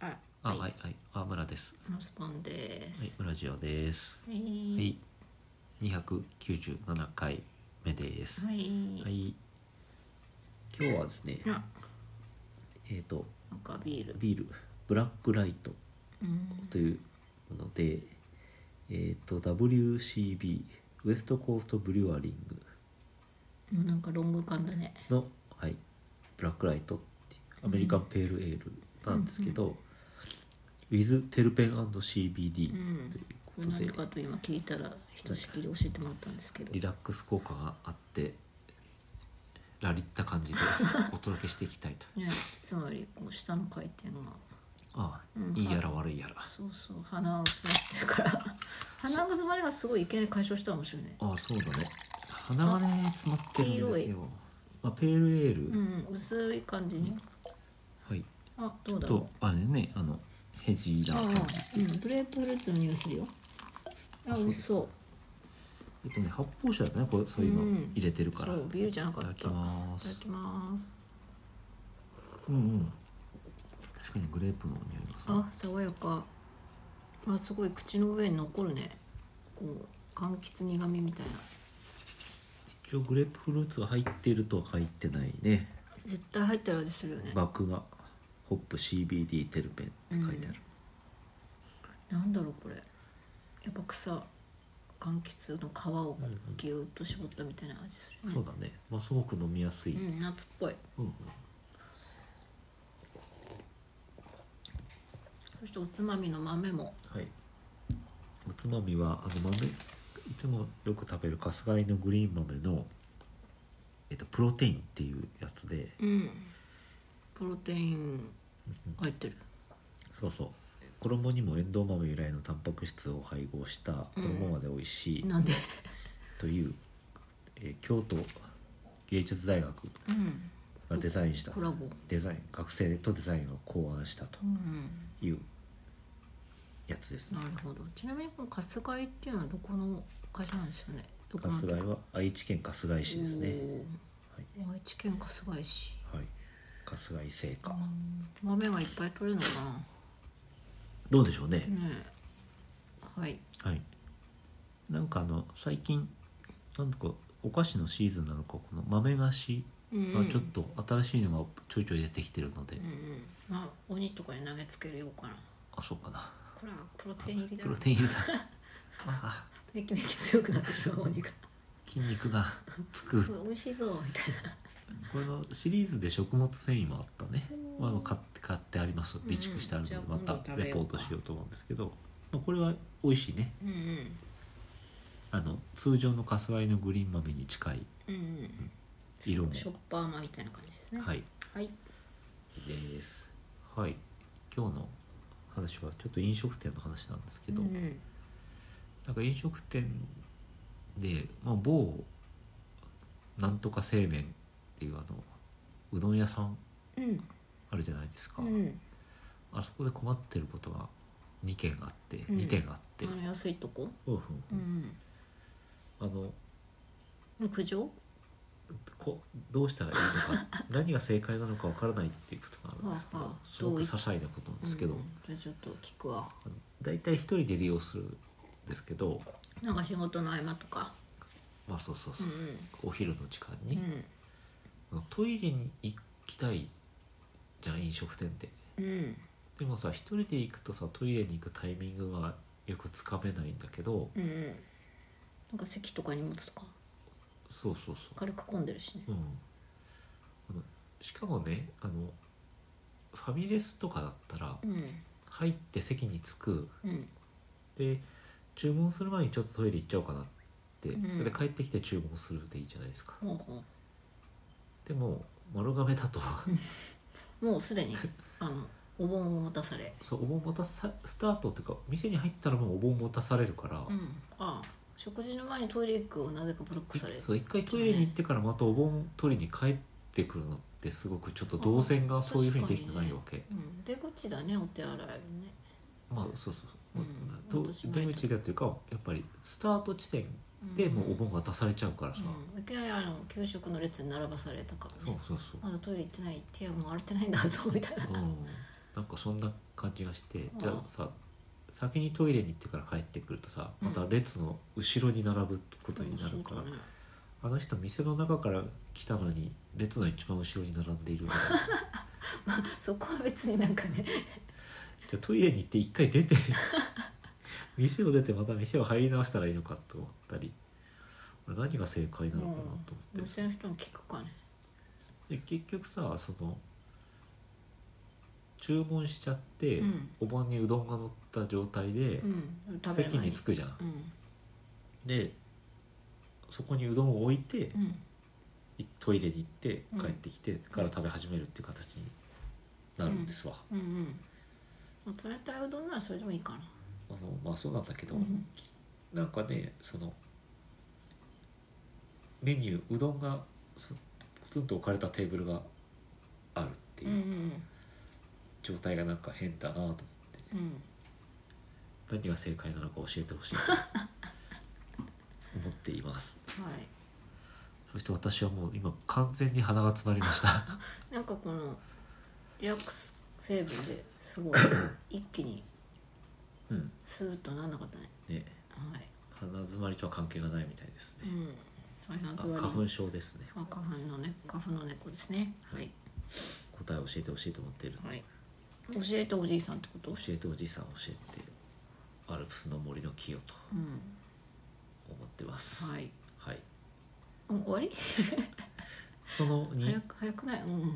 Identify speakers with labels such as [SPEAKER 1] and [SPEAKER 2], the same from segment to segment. [SPEAKER 1] あ、
[SPEAKER 2] あ、はい、
[SPEAKER 1] は
[SPEAKER 2] はいい、あ、村です。
[SPEAKER 1] マスパンで
[SPEAKER 2] はい、
[SPEAKER 1] す。
[SPEAKER 2] 村ジオです。
[SPEAKER 1] はい、
[SPEAKER 2] は
[SPEAKER 1] はい
[SPEAKER 2] い、二百九十七回目です。は
[SPEAKER 1] はい、
[SPEAKER 2] い。今日はですね、
[SPEAKER 1] あ、
[SPEAKER 2] えっ、と、
[SPEAKER 1] なんかビール。
[SPEAKER 2] ビール、ブラックライト
[SPEAKER 1] うん、
[SPEAKER 2] というもので。えっ、と、W. C. B. ウエストコーストブリュワリング
[SPEAKER 1] もうなんかロング缶だね。
[SPEAKER 2] の、はい。ブラックライトっていうアメリカンペールエールなんですけど。ウィズテルペン &CBD
[SPEAKER 1] うん
[SPEAKER 2] というこ
[SPEAKER 1] ことれ
[SPEAKER 2] で、
[SPEAKER 1] 何かと今聞いたら、ひとしきり教えてもらったんですけど
[SPEAKER 2] リ。ラックス効果があってラリった感じ でお届けしていきたいと
[SPEAKER 1] ね、つまり、こう下の回転が。
[SPEAKER 2] ああ、
[SPEAKER 1] うん
[SPEAKER 2] いいやら悪いやら
[SPEAKER 1] そうそう、鼻が詰まってるから。 鼻が詰まりがすごいいきなり解消したら面白いね。
[SPEAKER 2] ああそうだね鼻がね詰まってるんで
[SPEAKER 1] 黄
[SPEAKER 2] す
[SPEAKER 1] 色
[SPEAKER 2] よあペールエール、
[SPEAKER 1] うん、薄い感じに。
[SPEAKER 2] はい
[SPEAKER 1] あ、どうだろ
[SPEAKER 2] とあれねあのヘジー
[SPEAKER 1] う。
[SPEAKER 2] な
[SPEAKER 1] あ
[SPEAKER 2] 感じ
[SPEAKER 1] あ、うん、グレープフルーツの匂いするよ。あ、美味しそう。
[SPEAKER 2] えっとね発泡酒だねこうそういうの
[SPEAKER 1] うん
[SPEAKER 2] 入れてるから、
[SPEAKER 1] そう、ビールじゃなかった。
[SPEAKER 2] い
[SPEAKER 1] い
[SPEAKER 2] ただきま
[SPEAKER 1] ただ
[SPEAKER 2] す
[SPEAKER 1] きます。
[SPEAKER 2] うんうん確かにグレープの匂いがする
[SPEAKER 1] あ爽やかあすごい口の上に残るねこう柑橘苦味みたいな
[SPEAKER 2] 一応グレープフルーツが入ってるとは入ってないね
[SPEAKER 1] 絶対入ってる味するよね
[SPEAKER 2] バクがホップ CBD テルペンって書いてある、
[SPEAKER 1] なんだろうこれやっぱ草柑橘の皮をこうぎゅーっと絞ったみたいな味する
[SPEAKER 2] そ
[SPEAKER 1] ね
[SPEAKER 2] うだね、まあ、すごく飲みやすい、
[SPEAKER 1] うん夏っぽい
[SPEAKER 2] うん
[SPEAKER 1] そしておつまみの豆も
[SPEAKER 2] はい、おつまみはあの豆いつもよく食べる春日井のグリーン豆の、えっと、プロテインっていうやつで
[SPEAKER 1] うんプロテイン入ってる
[SPEAKER 2] そうそう衣にもエンドウ豆由来のタンパク質を配合した衣まで美味しい
[SPEAKER 1] なんで
[SPEAKER 2] という、えー京都芸術大学
[SPEAKER 1] うん
[SPEAKER 2] がデザインした
[SPEAKER 1] コラボ
[SPEAKER 2] デザイン学生とデザインが考案したと
[SPEAKER 1] うん
[SPEAKER 2] いうやつですね
[SPEAKER 1] なるほどちなみにこの春日井っていうのはどこの会社なんですよねどこの
[SPEAKER 2] 春日井は愛知県春日井市ですね
[SPEAKER 1] おー愛知県春日井市
[SPEAKER 2] はい春日井製菓
[SPEAKER 1] 豆がいっぱい取れるのか
[SPEAKER 2] どうでしょうね、
[SPEAKER 1] なねえはい
[SPEAKER 2] はい、なんかあの最近なんとかお菓子のシーズンなのかこの豆菓子
[SPEAKER 1] うん
[SPEAKER 2] がちょっと新しいのがちょいちょい出てきてるので、
[SPEAKER 1] うんうんまあ鬼とかに投げつけるようかな
[SPEAKER 2] あそうかな
[SPEAKER 1] これはプロテイン入りだ
[SPEAKER 2] プロ
[SPEAKER 1] な
[SPEAKER 2] テイン 入れたあ
[SPEAKER 1] めきめき強くなってしまう鬼 が
[SPEAKER 2] 筋肉がつく
[SPEAKER 1] うわ美味しそうみたいな
[SPEAKER 2] このシリーズで食物繊維もあったね、まあ、買って買ってあります備蓄してあるので
[SPEAKER 1] うんじゃあ
[SPEAKER 2] また
[SPEAKER 1] 今度食べ
[SPEAKER 2] レ
[SPEAKER 1] ようか
[SPEAKER 2] ポートしようと思うんですけど、まあ、これは美味しいね
[SPEAKER 1] うんうん
[SPEAKER 2] あの通常のカスワイのグリーン豆に近い
[SPEAKER 1] うんうん
[SPEAKER 2] 色も
[SPEAKER 1] ショッパーマみたいな感じですね
[SPEAKER 2] はい
[SPEAKER 1] はい
[SPEAKER 2] です。はい。今日の話はちょっと飲食店の話なんですけど、
[SPEAKER 1] うんうん
[SPEAKER 2] なんか飲食店で、まあ、某なんとか製麺っていうあのうどん屋さん
[SPEAKER 1] うん
[SPEAKER 2] あるじゃないですか、
[SPEAKER 1] うん
[SPEAKER 2] あそこで困ってることが2件あって、
[SPEAKER 1] うん
[SPEAKER 2] 2点あって、
[SPEAKER 1] あの安いとこ
[SPEAKER 2] うんうん
[SPEAKER 1] うん
[SPEAKER 2] あの
[SPEAKER 1] うん苦情
[SPEAKER 2] こどうしたらいいの か何が正解なのかわからないっていうことがあるんですけ
[SPEAKER 1] はあ
[SPEAKER 2] ど
[SPEAKER 1] はあ
[SPEAKER 2] すご
[SPEAKER 1] ど
[SPEAKER 2] く
[SPEAKER 1] う
[SPEAKER 2] 些
[SPEAKER 1] い
[SPEAKER 2] 細なことなんですけど、
[SPEAKER 1] うんうんそれちょっと聞くわ
[SPEAKER 2] 大体一人で利用するんですけど
[SPEAKER 1] なんか仕事の合間とか
[SPEAKER 2] まあそうそうそうう、
[SPEAKER 1] ん
[SPEAKER 2] お昼の時間
[SPEAKER 1] う
[SPEAKER 2] に、
[SPEAKER 1] ん
[SPEAKER 2] トイレに行きたいじゃん飲食店で
[SPEAKER 1] うんうん
[SPEAKER 2] でもさ一人で行くとさトイレに行くタイミングがよくつかめないんだけど
[SPEAKER 1] うんうんなんか席とか荷物とか
[SPEAKER 2] そうそうそ
[SPEAKER 1] 軽く混んでるしね
[SPEAKER 2] ううんあのしかもねあのファミレスとかだったら
[SPEAKER 1] うん
[SPEAKER 2] 入って席に着く
[SPEAKER 1] うん
[SPEAKER 2] で注文する前にちょっとトイレ行っちゃおうかなって、
[SPEAKER 1] うん
[SPEAKER 2] で帰ってきて注文するでいいじゃないですか
[SPEAKER 1] ほうほ
[SPEAKER 2] でも丸亀だと
[SPEAKER 1] うもうすで にあのお盆を持たされ
[SPEAKER 2] そうお盆持たさスタートっていうか店に入ったらもうお盆持たされるから、
[SPEAKER 1] うんああ食事の前にトイレ行くをなぜかブロックされる
[SPEAKER 2] そう一回トイレに行ってからまたお盆取りに帰ってくるのってすごくちょっと動線がそういうふうにできてないわけ、
[SPEAKER 1] うん出口だねお手洗いもね
[SPEAKER 2] まあそうそうそ
[SPEAKER 1] う
[SPEAKER 2] う、
[SPEAKER 1] ん
[SPEAKER 2] と
[SPEAKER 1] 私も
[SPEAKER 2] 出口だというかやっぱりスタート地点でもうお盆が出されちゃうからさ、
[SPEAKER 1] うんいきなりあの給食の列に並ばされたから
[SPEAKER 2] そう
[SPEAKER 1] ね
[SPEAKER 2] そうそう、
[SPEAKER 1] まだトイレ行ってない手はもう洗ってないんだぞみたいな
[SPEAKER 2] うん、なんかそんな感じがして
[SPEAKER 1] あ
[SPEAKER 2] じゃあさ先にトイレに行ってから帰ってくるとさ
[SPEAKER 1] うん
[SPEAKER 2] また列の後ろに並ぶことになるから、
[SPEAKER 1] うんそうだね
[SPEAKER 2] あの人店の中から来たのに列の一番後ろに並んでいるみたいな
[SPEAKER 1] まあ そこは別になんか ね
[SPEAKER 2] じゃあトイレに行って一回 出て店を出てまた店を入り直したらいいのかと思ったりこれ何が正解なのかなと思って、
[SPEAKER 1] 店の人も聞くかね
[SPEAKER 2] で結局さその注文しちゃって、
[SPEAKER 1] うん
[SPEAKER 2] お盆にうどんが乗った状態で
[SPEAKER 1] う、ん食べる
[SPEAKER 2] 席
[SPEAKER 1] 前
[SPEAKER 2] に着くじゃん、
[SPEAKER 1] うん
[SPEAKER 2] でそこにうどんを置いて、
[SPEAKER 1] うん
[SPEAKER 2] いトイレに行って
[SPEAKER 1] うん
[SPEAKER 2] 帰ってきてから食べ始めるっていう形になるんですわ、
[SPEAKER 1] うんうんまあ冷たいうどんならそれでもいいかな
[SPEAKER 2] あのまあそうなんだけど、
[SPEAKER 1] うん
[SPEAKER 2] なんかねそのメニューうどんがそポツンと置かれたテーブルがあるって
[SPEAKER 1] うんう
[SPEAKER 2] いうん状態がなんか変だなと思って、
[SPEAKER 1] うん
[SPEAKER 2] 何が正解なのか教えてほしいと 思っています
[SPEAKER 1] はい
[SPEAKER 2] そして私はもう今完全に鼻が詰まりました
[SPEAKER 1] なんかこのリラックス成分です ごい一気に
[SPEAKER 2] うん
[SPEAKER 1] スーッとなんなかったね
[SPEAKER 2] ね
[SPEAKER 1] はい
[SPEAKER 2] 鼻詰まりとは関係がないみたいです
[SPEAKER 1] う
[SPEAKER 2] ね
[SPEAKER 1] んはい
[SPEAKER 2] あ
[SPEAKER 1] 夏
[SPEAKER 2] 花
[SPEAKER 1] 割
[SPEAKER 2] 粉
[SPEAKER 1] り
[SPEAKER 2] 症ですね
[SPEAKER 1] あ花粉のね花粉の猫ですねはい
[SPEAKER 2] 答えを教えてほしいと思っているので、
[SPEAKER 1] はい教えておじいさんってこと
[SPEAKER 2] 教えておじいさん教えてアルプスの森の木よと
[SPEAKER 1] うん
[SPEAKER 2] 思ってます
[SPEAKER 1] はい
[SPEAKER 2] はい
[SPEAKER 1] うん終わり
[SPEAKER 2] そのに
[SPEAKER 1] 早く早くないうんうんは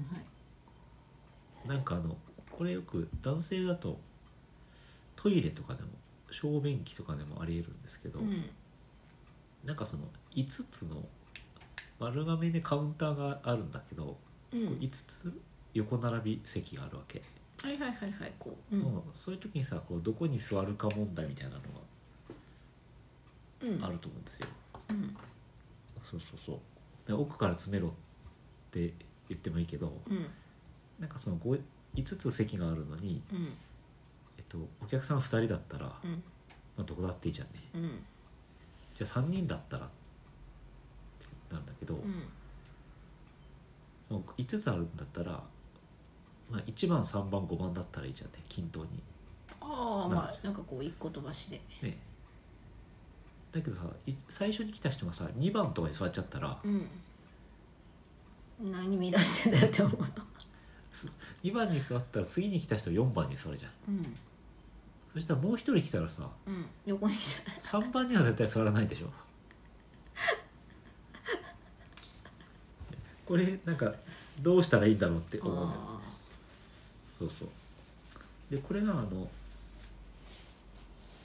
[SPEAKER 1] い
[SPEAKER 2] なんかあのこれよく男性だとトイレとかでも小便器とかでもありえるんですけど、
[SPEAKER 1] うん
[SPEAKER 2] なんかその5つの丸亀でカウンターがあるんだけど、
[SPEAKER 1] うん
[SPEAKER 2] 5つ横並び席があるわけ、
[SPEAKER 1] はいはいはいはいこううん
[SPEAKER 2] もうそういう時にさこうどこに座るか問題みたいなの
[SPEAKER 1] うん
[SPEAKER 2] があると思うんですよ、
[SPEAKER 1] うん
[SPEAKER 2] そうそうそうで奥から詰めろって言ってもいいけど、
[SPEAKER 1] うん
[SPEAKER 2] なんかその 5, 5つ席があるのに、
[SPEAKER 1] うん
[SPEAKER 2] えっと、お客さん2人だったら、ま
[SPEAKER 1] うん
[SPEAKER 2] あ、どこだっていいじゃんね
[SPEAKER 1] うん
[SPEAKER 2] じゃあ3人だったらってなるんだけど、
[SPEAKER 1] うん
[SPEAKER 2] もう5つあるんだったら、まあ、1番3番5番だったらいいじゃんね均等に
[SPEAKER 1] ああ
[SPEAKER 2] なん
[SPEAKER 1] まあなんかこう一個飛ばしで
[SPEAKER 2] ねだけどさい最初に来た人がさ2番とかに座っちゃったら、
[SPEAKER 1] うん何見出してんだよって思う
[SPEAKER 2] 2番に座ったら次に来た人4番に座るじゃん
[SPEAKER 1] うん
[SPEAKER 2] そしたらもう1人来たらさ
[SPEAKER 1] うん横に来た
[SPEAKER 2] 3番には絶対座らない でしょこれなんかどうしたらいいんだろうって思うんだよ
[SPEAKER 1] あ
[SPEAKER 2] そうそうでこれがあの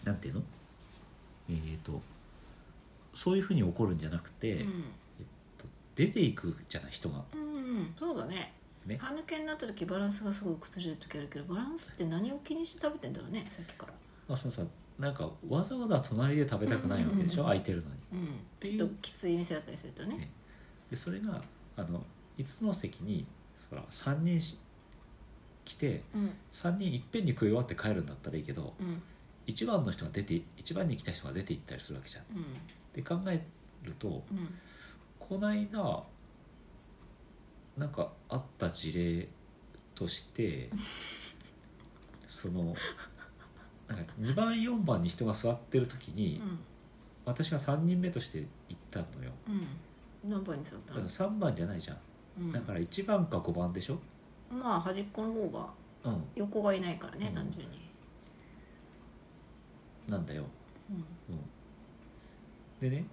[SPEAKER 2] なんていうのえっ、とそういうふうに起こるんじゃなくて、
[SPEAKER 1] ー
[SPEAKER 2] えっと出ていくじゃない人が
[SPEAKER 1] うん、うん、そうだね
[SPEAKER 2] ね
[SPEAKER 1] 歯抜けになった時バランスがすごい崩れる時あるけどバランスって何を気にして食べてんだろうねさっきから
[SPEAKER 2] まあそのさなんかわざわざ隣で食べたくないわけでしょ、
[SPEAKER 1] うん
[SPEAKER 2] 空いてるのに
[SPEAKER 1] うん
[SPEAKER 2] て
[SPEAKER 1] ち
[SPEAKER 2] い
[SPEAKER 1] ょ
[SPEAKER 2] う
[SPEAKER 1] っときつい店だったりするとね
[SPEAKER 2] ねでそれがあの5つの席にほら3人し来て
[SPEAKER 1] うん
[SPEAKER 2] 3人いっぺんに食い終わって帰るんだったらいいけど
[SPEAKER 1] うん
[SPEAKER 2] 1番の人が出て1番に来た人が出て行ったりするわけじゃん。
[SPEAKER 1] うん
[SPEAKER 2] で考えると
[SPEAKER 1] うん
[SPEAKER 2] こないだなんかあった事例としてそのなんか2番4番に人が座ってる時に私が3人目として行ったのよ。
[SPEAKER 1] うんうん何番に座った
[SPEAKER 2] だから
[SPEAKER 1] の、
[SPEAKER 2] 3番じゃないじゃん。
[SPEAKER 1] うん
[SPEAKER 2] だから1番か5番でしょ、
[SPEAKER 1] まあ端っこの方が
[SPEAKER 2] うん、
[SPEAKER 1] 横がいないからね、
[SPEAKER 2] うん
[SPEAKER 1] 単純に、
[SPEAKER 2] なんだよ、
[SPEAKER 1] うん、
[SPEAKER 2] うん、でね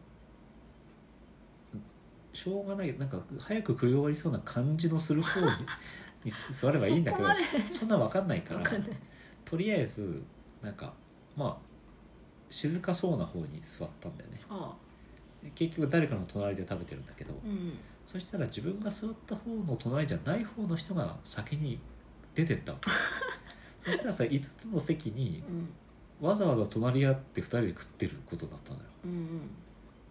[SPEAKER 2] しょうがないなんか早く食い終わりそうな感じのする方 にに座ればいいんだけど
[SPEAKER 1] そこ
[SPEAKER 2] そんなん分かんないから
[SPEAKER 1] わかんない
[SPEAKER 2] とりあえずなんかまあ静かそうな方に座ったんだよね
[SPEAKER 1] ああ
[SPEAKER 2] で結局誰かの隣で食べてるんだけど、
[SPEAKER 1] うん
[SPEAKER 2] そしたら自分が座った方の隣じゃない方の人が先に出て ったわけそしたらさ5つの席に
[SPEAKER 1] うん
[SPEAKER 2] わざわざ隣り合って2人で食ってることだったのよ
[SPEAKER 1] うんうん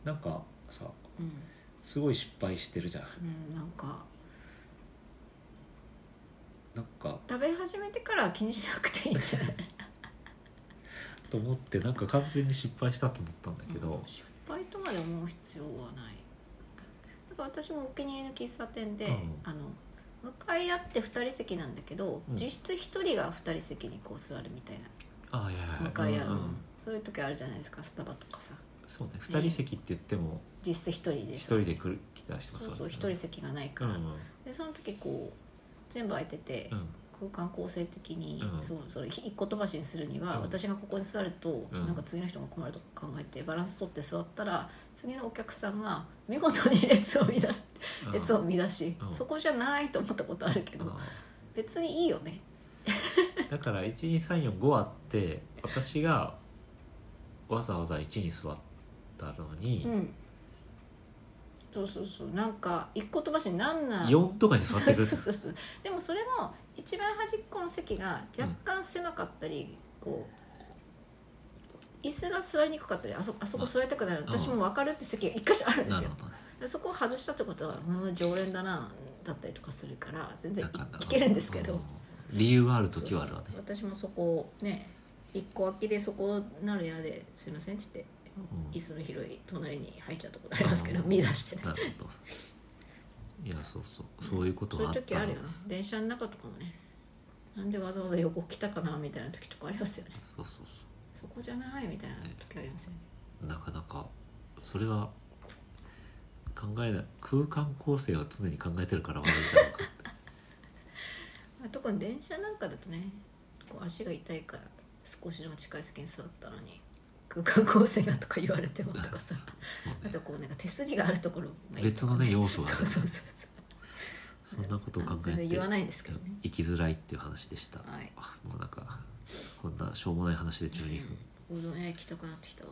[SPEAKER 2] なんかさ
[SPEAKER 1] うん
[SPEAKER 2] すごい失敗してるじゃん
[SPEAKER 1] うんなんか
[SPEAKER 2] なんか
[SPEAKER 1] 食べ始めてからは気にしなくていいんじゃない
[SPEAKER 2] と思ってなんか完全に失敗したと思ったんだけど、
[SPEAKER 1] うん失敗とまで思う必要はないだから私もお気に入りの喫茶店で、
[SPEAKER 2] うん
[SPEAKER 1] あの向かい合って2人席なんだけど、
[SPEAKER 2] うん
[SPEAKER 1] 実質1人が2人席にこう座るみたい
[SPEAKER 2] ああいやいや
[SPEAKER 1] な向かい合う、
[SPEAKER 2] うんうん
[SPEAKER 1] そういう時あるじゃないですかスタバとかさ
[SPEAKER 2] そうね2人席って言っても
[SPEAKER 1] 実質1人
[SPEAKER 2] 1
[SPEAKER 1] でさ
[SPEAKER 2] 人で来る来た人も
[SPEAKER 1] そう
[SPEAKER 2] だ
[SPEAKER 1] そう1
[SPEAKER 2] けど
[SPEAKER 1] 人席がないから、でその時こう全部空いてて、
[SPEAKER 2] うんうん
[SPEAKER 1] 空間構成的に、
[SPEAKER 2] うん
[SPEAKER 1] そうそうひ一個飛ばしにするには、
[SPEAKER 2] うん
[SPEAKER 1] 私がここに座ると、
[SPEAKER 2] うん
[SPEAKER 1] なんか次の人が困るとか考えてバランス取って座ったら次のお客さんが見事に列を乱し
[SPEAKER 2] うん
[SPEAKER 1] 列を乱し、
[SPEAKER 2] うん
[SPEAKER 1] そこじゃないと思ったことあるけど、
[SPEAKER 2] あ
[SPEAKER 1] 別にいいよね
[SPEAKER 2] あだから12345あって私がわざわざ1に座ったのに、
[SPEAKER 1] うんそうそうそうなんか一個飛ばしになんない
[SPEAKER 2] 4とかに座ってくる
[SPEAKER 1] そうそうそうでもそれも一番端っこの席が若干狭かったり、こう椅子が座りにくかったりあそあそこ座りたくなる
[SPEAKER 2] うん
[SPEAKER 1] 私も分かるって席が一箇所あるんです
[SPEAKER 2] なる
[SPEAKER 1] よ
[SPEAKER 2] ほどね
[SPEAKER 1] でそこを外したってことは、うん、常連だなだったりとかするから全然い
[SPEAKER 2] だから
[SPEAKER 1] いけるんですけ
[SPEAKER 2] う
[SPEAKER 1] ど
[SPEAKER 2] 理由はある時はあるわね
[SPEAKER 1] そうそう私もそこをね一個空きでそこなるやですいませんって言って。
[SPEAKER 2] うん
[SPEAKER 1] 椅子の広い隣に入っちゃったことありますけど
[SPEAKER 2] うん
[SPEAKER 1] 見出してね
[SPEAKER 2] なるほどいやそうそうそういうこと
[SPEAKER 1] そうい
[SPEAKER 2] が
[SPEAKER 1] う
[SPEAKER 2] あった
[SPEAKER 1] 時あるよね電車の中とかもねなんでわざわざ横来たかなみたいな時とかありますよね
[SPEAKER 2] そうそうそ
[SPEAKER 1] そこじゃないみたいな時ありますよね
[SPEAKER 2] うなかなかそれは考えない空間構成は常に考えてるから悪いだろうか
[SPEAKER 1] まあ特に電車なんかだとねこう足が痛いから少しでも近い席に座ったのに空間構成がとか言われてもとかさ
[SPEAKER 2] そう
[SPEAKER 1] あ
[SPEAKER 2] ね
[SPEAKER 1] とこうなんか手すりがあるところがいい
[SPEAKER 2] 別のね要素があ
[SPEAKER 1] そう
[SPEAKER 2] る
[SPEAKER 1] そうそうそう
[SPEAKER 2] そんなことを考え
[SPEAKER 1] 全
[SPEAKER 2] て
[SPEAKER 1] 然言わないんですけどね
[SPEAKER 2] 生きづらいっていう話でした、
[SPEAKER 1] はい
[SPEAKER 2] あもうなんかこんなしょうもない話で12分、
[SPEAKER 1] うどん屋行きたくなってきたわ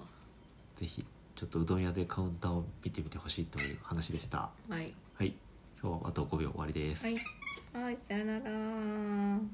[SPEAKER 2] ぜひちょっとうどん屋でカウンターを見てみてほしいという話でした
[SPEAKER 1] はい
[SPEAKER 2] はい今日はあと5秒終わりです、
[SPEAKER 1] はいはいさよなら